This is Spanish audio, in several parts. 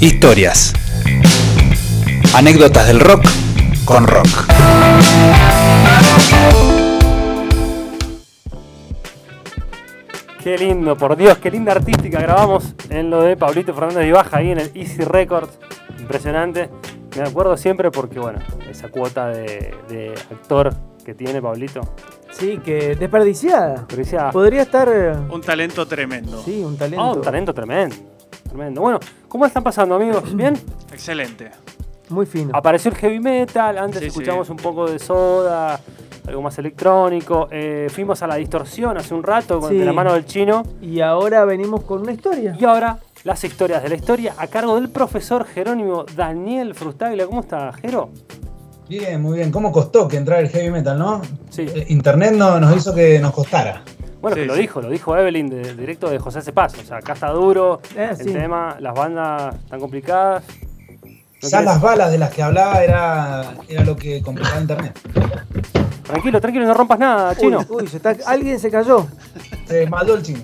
Historias. Anécdotas del rock con rock. Qué lindo, por Dios, qué linda artística grabamos en lo de Pablito Fernández de Baja ahí en el Easy Records. Impresionante. Me acuerdo siempre porque, bueno, esa cuota de, de actor que tiene Pablito. Sí, que desperdiciada. Pero ah, decía, Podría estar. eh, Un talento tremendo. Sí, un talento. "Ah, un talento tremendo. Tremendo. Bueno, ¿cómo están pasando, amigos? ¿Bien? Excelente. Muy fino. Apareció el heavy metal, antes Sí, escuchamos sí. un poco de soda, algo más electrónico. eh, fuimos a la distorsión hace un rato con Sí. de la mano del chino. Y ahora venimos con una historia. Y ahora, las historias de la historia a cargo del profesor Jerónimo Daniel Frustaglia. ¿Cómo está, Jero? Bien, muy bien. ¿Cómo costó que entrar el heavy metal, no? Sí. Eh, Internet no, nos hizo que nos costara. Bueno, Sí, que lo sí. dijo, lo dijo Evelyn de, directo de José Cepaz. O sea, acá está duro Eh, el sí. tema, las bandas están complicadas. No Ya querés- las balas de las que hablaba era, era lo que complicaba Internet. Tranquilo, tranquilo, no rompas nada, Uy, chino. uy, se está- alguien se cayó. Se maldó el chino.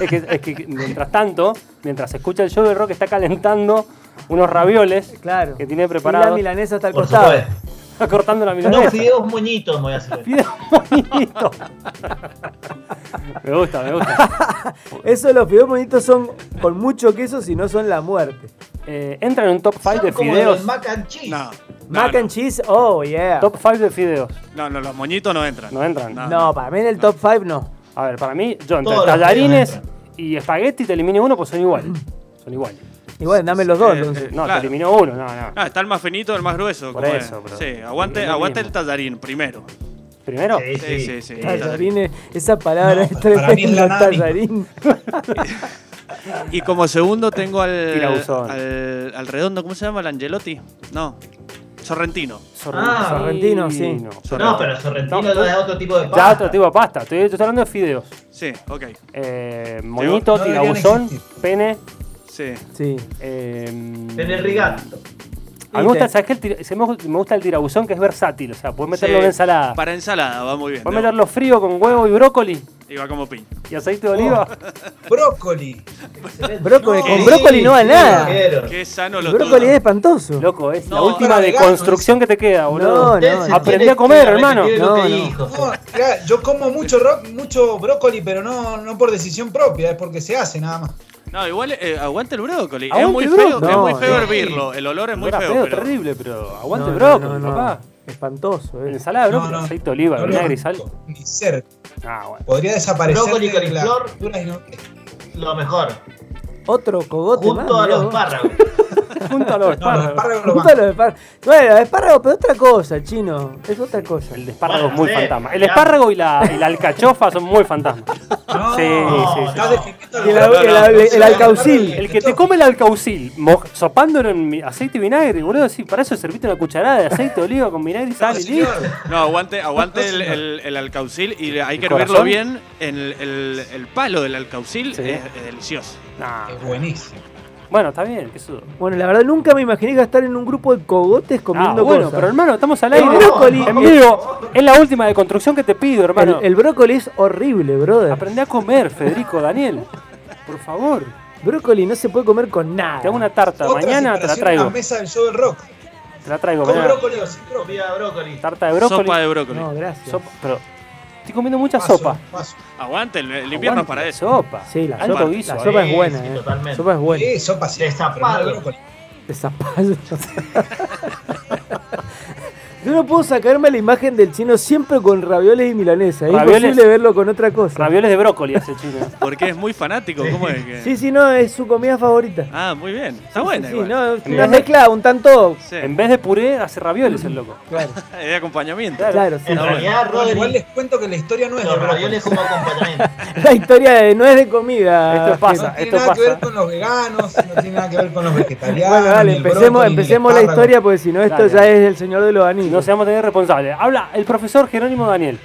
Es que, es que mientras tanto, mientras se escucha el show del rock, está calentando unos ravioles Claro. que tiene Y la preparado. milanesa está al Por costado. supuesto. Está cortando la Unos milanesa. fideos moñitos me voy a hacer. Fideo bonito. me gusta, me gusta. Eso, los fideos bonitos son con mucho queso, si no son la muerte. Eh, entra en un top 5 de Son como fideos. los mac and cheese. No. Mac no, and cheese, oh yeah. Top 5 de fideos. No, no, los moñitos no entran. No entran. no, para mí en el top 5 no. A ver, para mí, yo entre Todos los tallarines fideos y espagueti te eliminé uno, pues son iguales. Son iguales. Igual, dame los dos. Eh, entonces. eh. No, Claro. te eliminó uno, no, no. Ah, está el más finito, el más grueso. Por como eso, es. pero- Sí, es aguante, lo aguante mismo. el tallarín primero. Primero. Sí, Sí, sí, sí, sí. Tallarines, esa palabra No, es para mí es tremenda, la nada tallarín. Y como segundo tengo al, Tirauzón. al, al redondo, ¿cómo se llama? ¿El Angelotti? No. Sorrentino. Ah, Sorrentino, sí. No, pero Sorrentino no, es otro tipo de pasta. Ya otro tipo de pasta. Estoy, estoy hablando de fideos. Sí, ok. Eh, moñito, no deberían tirabuzón, existir. pene. Sí. Sí. eh, En el rigato. A mí me gusta, ¿sabes qué? El tira- se me me gusta el tirabuzón que es versátil. O sea, puedes meterlo Sí, en ensalada. Para ensalada, va muy bien. Puedes de- meterlo frío con huevo y brócoli Y va como pin. y aceite de oliva. Oh. Brócoli. Brócoli, No, con sí, brócoli no va sí, nada. quiero. Qué sano El lo brócoli es todo. espantoso. Loco, es la No, última para de veganos. construcción que te queda, boludo. No, Usted se Aprendí tiene a comer, que hermano. repetir lo No, que no. dijo. No, mirá, yo como mucho rock, mucho brócoli, pero no, no por decisión propia, es porque se hace nada más. No, igual eh, aguanta el brócoli. Es Aguante muy el feo, brócoli. es muy No, feo sí. hervirlo. El olor es muy Era feo. feo, pero- terrible, pero aguante No, el brócoli, no, no, no. papá. Espantoso. eh. Ensalada de Ah, brócoli, No, no. aceite de oliva, No lo vinagre y sal. banco, Ni cerca. Ah, bueno. Podría desaparecer. Brócoli, de la coliflor. cultura y no- Lo mejor. Otro cogote más. Junto a mirá los vos. espárragos. Junto a los No, los espárragos. espárragos los Junto a banco. los espárragos. Bueno, espárragos, pero otra cosa, chino. Es otra cosa. El de espárrago Bueno, es muy sí, fantasma. El ya. espárrago y la, y la alcachofa son muy fantasmas. No, Sí, sí, sí. estás defendiendo Y el, la- no, no, el- el- no, el no, alcaucil. no, El que te come el alcaucil, mo- sopándolo en mi- aceite y vinagre, boludo, sí, para eso serviste una cucharada de aceite de oliva con vinagre y sal y listo. señor. No, aguante, aguante No, el, señor. el- el alcaucil y le- hay que ¿El hervirlo corazón? bien. En el, el- el palo del alcaucil Sí. es, es delicioso. Nah. Es buenísimo. Bueno, está bien, qué sudo. Bueno, la verdad nunca me imaginé gastar en un grupo de cogotes comiendo Ah, bueno, cosas. pero hermano, estamos al El aire. brócoli. En vivo. Es la última de construcción que te pido, El, hermano. el brócoli es horrible, brother. Aprende a comer, Federico, Daniel. Por favor. Brócoli no se puede comer con nada. Te hago una tarta. Otra mañana te la separación, traigo. La mesa del show del rock. Te la traigo, Con mañana. brócoli o sin brócoli. Viva brócoli. Tarta de brócoli. Sopa de brócoli. No, gracias. Sopa- Pero estoy comiendo mucha Paso, sopa. paso. Aguante, el, el invierno es para Aguante eso. la Sopa. Sí, la Alto sopa, la guiso, sopa eh. es buena, Sí, eh. totalmente. sopa es buena. Sí, sopa sí. Destapado. pero no brócoli. De zapallo. Yo no puedo sacarme la imagen del chino siempre con ravioles y milanesa. Es Ravioles- imposible verlo con otra cosa. Ravioles de brócoli hace el chino. Porque es muy fanático. ¿Cómo es que? Sí, sí, no, es su comida favorita. Ah, muy bien. Está buena sí, igual. no, es una Bien. mezcla un tanto. Sí. En vez de puré, hace ravioles el loco. Claro, Es de acompañamiento. claro, sí. En realidad, Bueno, igual Rodri, les cuento que la historia no es de los brócoli. ravioles como acompañamiento. La historia de, no es de comida. Esto pasa. No tiene esto nada que pasa. ver con los veganos, no tiene nada que ver con los vegetarianos. Bueno, dale, ni el empecemos, brócoli, ni el empecemos la espárrago. historia porque si no, esto Dale. ya es el señor de los anillos. No seamos tan irresponsables. Habla el profesor Jerónimo Daniel.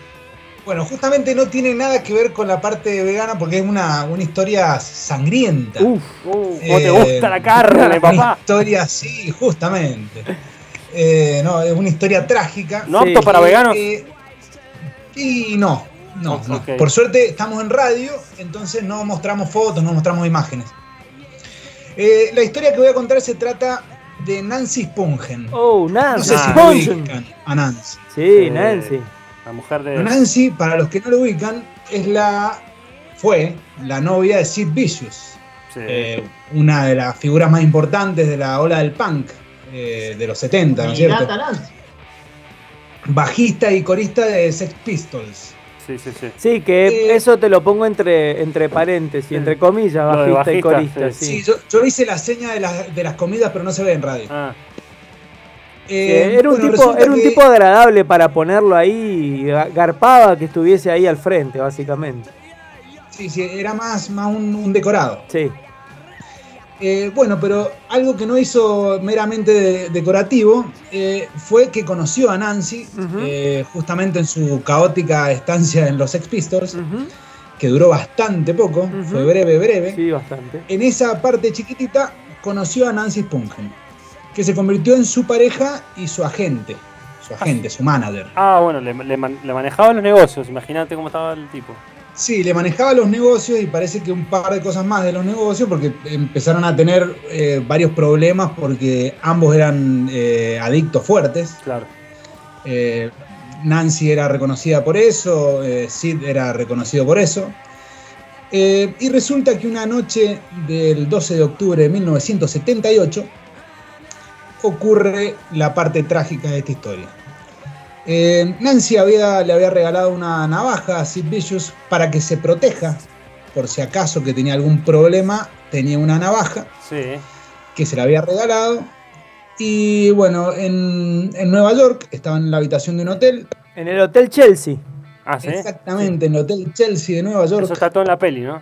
Bueno, justamente no tiene nada que ver con la parte vegana porque es una, una historia sangrienta. Uf, Uh, ¿Cómo te Eh, gusta la carne, Una papá? historia, sí, justamente. Eh, no, es una historia trágica. No Sí. apto para Eh, veganos. eh, y no, no, no. Ok. Por suerte estamos en radio, entonces no mostramos fotos, no mostramos imágenes. Eh, la historia que voy a contar se trata de Nancy Spungen. Oh, No Nancy. sé si Nancy. lo Spungen. ubican a Nancy. Sí, Eh, Nancy. La mujer de. Nancy, para los que no lo ubican, es la fue la novia de Sid Vicious, Sí. eh, una de las figuras más importantes de la ola del punk eh, de los 70, ¿no es cierto? Gata Nancy. Bajista y corista de Sex Pistols. sí, sí, sí. Sí, que Eh, eso te lo pongo entre, entre paréntesis, entre comillas, Lo de bajista, y bajista, corista. sí. Sí. Sí, yo, yo hice la seña de, las- de las comidas, pero no se ve en radio. Ah, Eh, Que era un, tipo, bueno, resulta era un que- tipo agradable para ponerlo ahí, y ga- garpaba que estuviese ahí al frente, básicamente. Sí, sí, era más, más un, un decorado. Sí, Eh, bueno, pero algo que no hizo meramente de- decorativo eh, fue que conoció a Nancy Ujú. eh, justamente en su caótica estancia en los Sex Pistols, Ujú. que duró bastante poco, Ujú. fue breve, breve. sí, bastante. En esa parte chiquitita conoció a Nancy Spungen, que se convirtió en su pareja y su agente, su agente, su manager. Ah, bueno, le, le man- le manejaba los negocios. Imagínate cómo estaba el tipo. Sí, le manejaba los negocios y parece que un par de cosas más de los negocios porque empezaron a tener eh, varios problemas porque ambos eran eh, adictos fuertes. Claro. Eh, Nancy era reconocida por eso, eh, Sid era reconocido por eso. Eh, y resulta que una noche del 12 de octubre de 1978 ocurre la parte trágica de esta historia. Eh, Nancy había- le había regalado una navaja a Sid Vicious para que se proteja, por si acaso que tenía algún problema, tenía una navaja Sí. que se la había regalado. Y bueno, en, en Nueva York estaba en la habitación de un hotel, En el Hotel Chelsea. Ah, sí. exactamente en el Hotel Chelsea de Nueva York. Eso está todo en la peli, ¿no?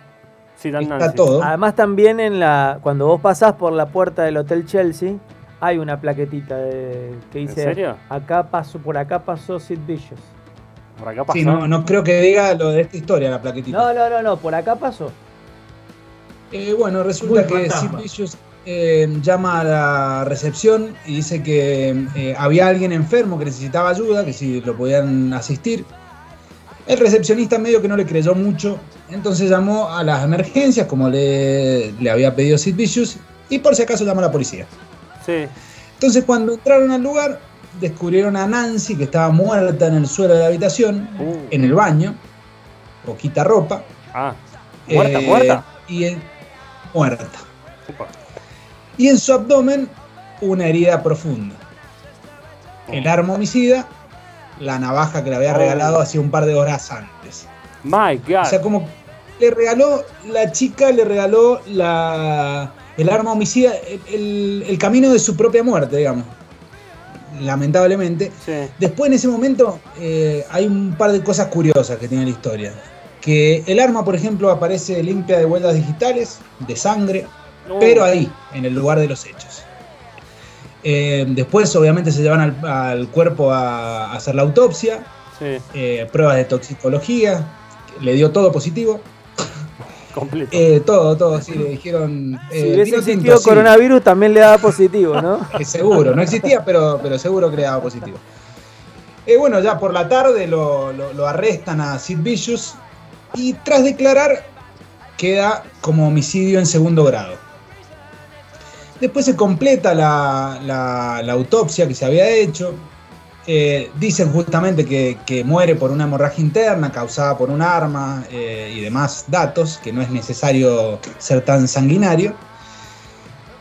Sí, Ah, Dan está Nancy. todo. Además también en la cuando vos pasás por la puerta del Hotel Chelsea, hay una plaquetita de- que ¿En dice serio? acá pasó, por acá pasó Sid Vicious. Por acá pasó. Sí, no, no creo que diga lo de esta historia la plaquetita. No, no, no, no, por acá pasó. Eh, bueno, resulta Muy que Sid fantasma. Vicious eh, llama a la recepción y dice que eh, había alguien enfermo que necesitaba ayuda, que si lo podían asistir. El recepcionista medio que no le creyó mucho, entonces llamó a las emergencias como le, le había pedido Sid Vicious y por si acaso llamó a la policía. Sí. Entonces cuando entraron al lugar descubrieron a Nancy que estaba muerta en el suelo de la habitación, Uh. en el baño, poquita ropa. Ah. Muerta, eh, muerta. Y en- muerta. Upa. Y en su abdomen una herida profunda. El arma homicida, la navaja que le había Oh. regalado hacía un par de horas antes. My God. O sea, como le regaló, la chica le regaló la, el arma homicida, el, el- el camino de su propia muerte, digamos. Lamentablemente. sí. Después en ese momento eh, hay un par de cosas curiosas que tiene la historia. Que el arma, por ejemplo, aparece limpia de huellas digitales, de sangre, No. pero ahí, en el lugar de los hechos. Eh, después, obviamente, se llevan al, al cuerpo a, a hacer la autopsia, Sí, eh, pruebas de toxicología, le dio todo positivo, completo. eh, todo, todo, sí, le dijeron... eh, si hubiese vino tinto, existido sí, coronavirus también le daba positivo, ¿no? que seguro, no existía, pero, pero seguro que le daba positivo. Eh, bueno, ya por la tarde lo, lo- lo arrestan a Sid Vicious y tras declarar queda como homicidio en segundo grado. Después se completa la, la- la autopsia que se había hecho. Eh, dicen justamente que, que muere por una hemorragia interna causada por un arma eh, y demás datos, que no es necesario ser tan sanguinario.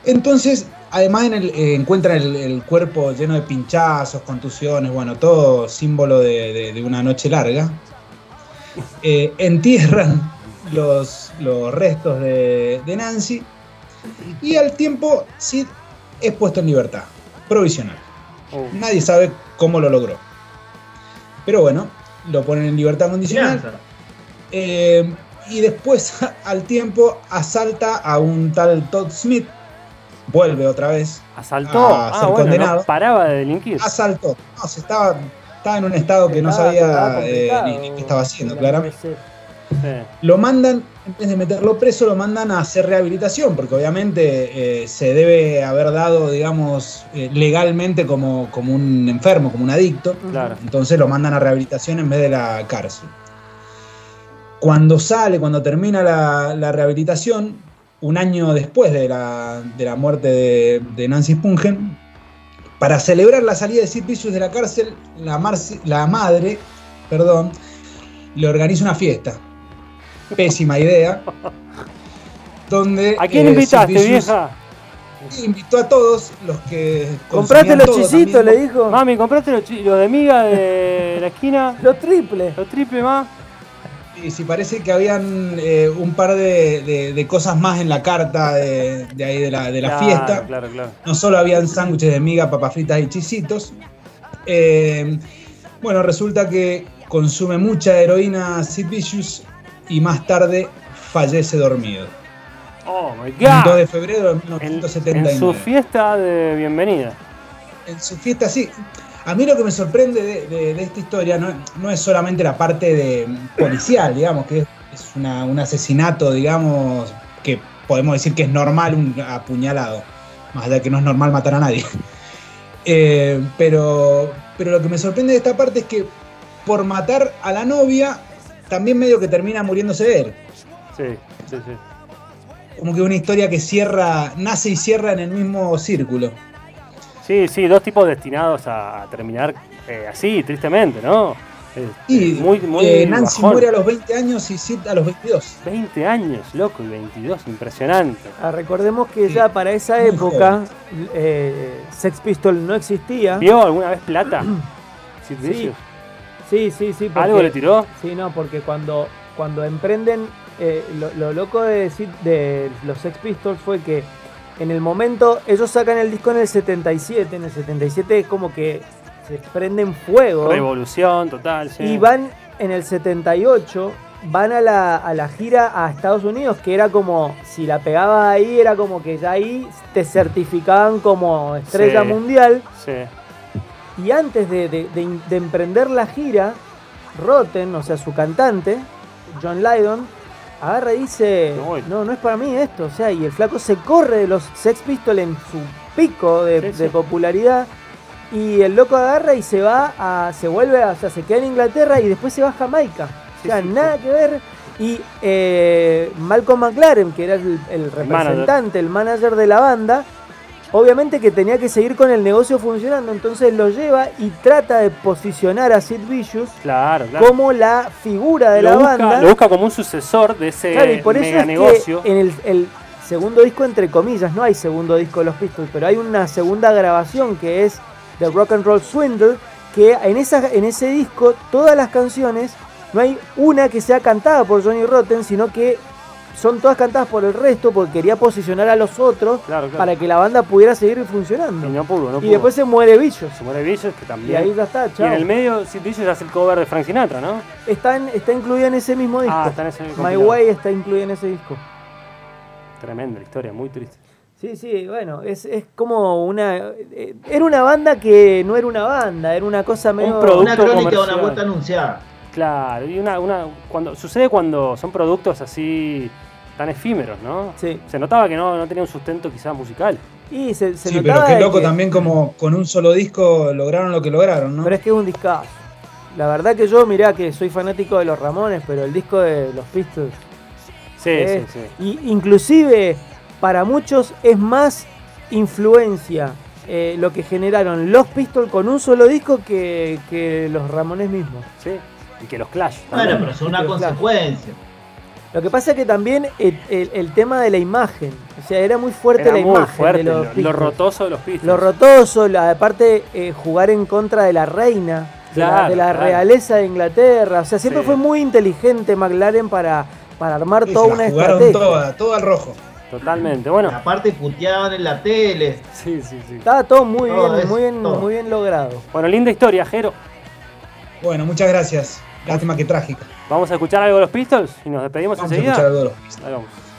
Entonces, además en el- eh, encuentran el, el cuerpo lleno de pinchazos, contusiones, bueno, todo símbolo de, de- de una noche larga. Eh, entierran los, los restos de, de Nancy y al tiempo Sid es puesto en libertad, provisional. Uh, Nadie sabe cómo lo logró. Pero bueno, lo ponen en libertad condicional. Finanza. Eh, y después, al tiempo, asalta a un tal Todd Smith. Vuelve otra vez. asaltó. a Ah, ser bueno, no condenado. paraba de delinquir. Asaltó. No, se estaba, estaba en un estado que no Estaba- estaba sabía eh, ni, ni Ah, complicado. qué estaba haciendo, La claramente. BBC. Sí. Lo mandan, en vez de meterlo preso, lo mandan a hacer rehabilitación, porque obviamente eh, se debe haber dado, digamos, eh, legalmente como, como un enfermo, como un adicto. Claro. Entonces lo mandan a rehabilitación en vez de la cárcel. Cuando sale, cuando termina la, la rehabilitación, un año después de la, de la muerte de, de Nancy Spungen. Para celebrar la salida de Sid Vicious de la cárcel, la, Marci- la madre perdón, le organiza una fiesta. Pésima idea. Donde, ¿A quién eh, invitaste, Sid Vicious vieja? Invitó a todos los que. Compraste consumían los todo chisitos, también. le dijo. Mami, ¿compraste los, chi- los de miga de la esquina? Los triples. ¿Los triple más? Y si parece que habían eh, un par de, de- de cosas más en la carta de, de ahí de la, de la Claro, fiesta. Claro, claro. No solo habían sándwiches de miga, papas fritas y chisitos. Eh, bueno, resulta que consume mucha heroína Sid Vicious y más tarde fallece dormido. Oh my El 2 god. de febrero de En, 1979. en su fiesta de bienvenida. en su fiesta, sí. A mí lo que me sorprende de, de- de esta historia no, no es solamente la parte de mm, policial, digamos, que es, es una- un asesinato, digamos, que podemos decir que es normal un apuñalado, más allá de que no es normal matar a nadie. Eh, pero, pero lo que me sorprende de esta parte es que por matar a la novia, también medio que termina muriéndose él. Sí, sí, sí. Como que una historia que cierra, nace y cierra en el mismo círculo. Sí, sí, dos tipos destinados a terminar eh, así, tristemente, ¿no? Eh, Y muy, muy eh, Nancy bajón. muere a los 20 años y Sid a los 22. 20 años, loco, y 22, impresionante. Ah, recordemos que ya para esa Muy época eh, Sex Pistol no existía. ¿Vio alguna vez plata? Sid Sí, Vicious. Sí, sí, sí. porque- ¿Algo le tiró? Sí, no, porque cuando, cuando emprenden, eh, lo, lo loco de, decir de los Sex Pistols fue que en el momento, ellos sacan el disco en el 77, en el 77 es como que se prenden fuego Revolución total, sí. y van en el 78, van a la, a la gira a Estados Unidos, que era como, si la pegabas ahí, era como que ya ahí te certificaban como estrella Sí. mundial. Sí. Y antes de, de- de in- de emprender la gira, Rotten, o sea, su cantante, John Lydon, agarra y dice, Me voy. no, no es para mí esto. O sea, y el flaco se corre de los Sex Pistols en su pico de, Sí, sí. de popularidad. Y el loco agarra y se va a, se vuelve, a- o sea, se queda en Inglaterra y después se va a Jamaica. Sí, o sea, sí, nada que ver. Y eh, Malcolm McLaren, que era el, el representante, el manager de la banda, Obviamente que tenía que seguir con el negocio funcionando, entonces lo lleva y trata de posicionar a Sid Vicious Claro, claro. como la figura de lo, la busca, banda. lo busca eh, como un sucesor de ese Claro, y por eso mega es negocio. que en el, el segundo disco, entre comillas, no hay segundo disco de los Pistols, pero hay una segunda grabación que es The Rock and Roll Swindle, que en, esa, en ese disco todas las canciones, no hay una que sea cantada por Johnny Rotten, sino que son todas cantadas por el resto porque quería posicionar a los otros Claro, claro. para que la banda pudiera seguir Y funcionando. no pudo, no Y pudo. después se muere Bichos. se muere Vicious, que Y ahí también. ya está, Y en el chao. medio, Sid Vicious hace el cover de Frank Sinatra, ¿no? Está, en- está incluida en ese mismo disco. Ah, está en ese My compilado. Way está incluida en ese disco. Tremenda la historia, muy triste. Sí, sí, bueno, es, es como una... eh, Era una banda que no era una banda, era una cosa medio... producto. Una crónica de una comercial. muerte anunciada. Claro, y una, una cuando sucede cuando son productos así tan efímeros, ¿no? Sí. Se notaba que no, no tenía un sustento quizás musical. Y se, se Sí, pero notaba qué de loco que- también como con un solo disco lograron lo que lograron, ¿no? Pero es que es un discazo. La verdad que yo, mirá, que soy fanático de los Ramones, pero el disco de los Pistols... Sí, es- sí, sí. Y inclusive, para muchos es más influencia eh, lo que generaron los Pistols con un solo disco que, que los Ramones mismos. Sí. Y que los Clash. Bueno, también. pero es una Claro. consecuencia. Lo que pasa es que también el, el- el tema de la imagen, o sea, era muy fuerte Era la muy imagen fuerte, de los lo, lo Pistols. rotoso de los Pistols. Lo rotoso, la, aparte eh, jugar en contra de la reina, de la- Claro, de la, claro. realeza de Inglaterra. O sea, siempre Sí. fue muy inteligente McLaren para, para armar Sí, se toda la una jugaron estrategia. toda, todo al rojo. Totalmente. Ah. Bueno, Aparte puteaban en la tele. sí, sí, sí. Estaba todo muy Todo bien, es muy bien, todo. muy bien logrado. Bueno, linda historia, Jero. Bueno, muchas gracias. Lástima que trágica. Vamos a escuchar algo de los Pistols y nos despedimos Vamos a enseguida. escuchar algo de los Beatles. Ahí vamos.